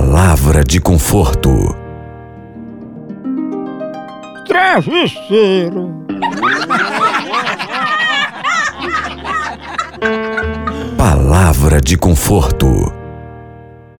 palavra de conforto. Travesseiro. Palavra de conforto.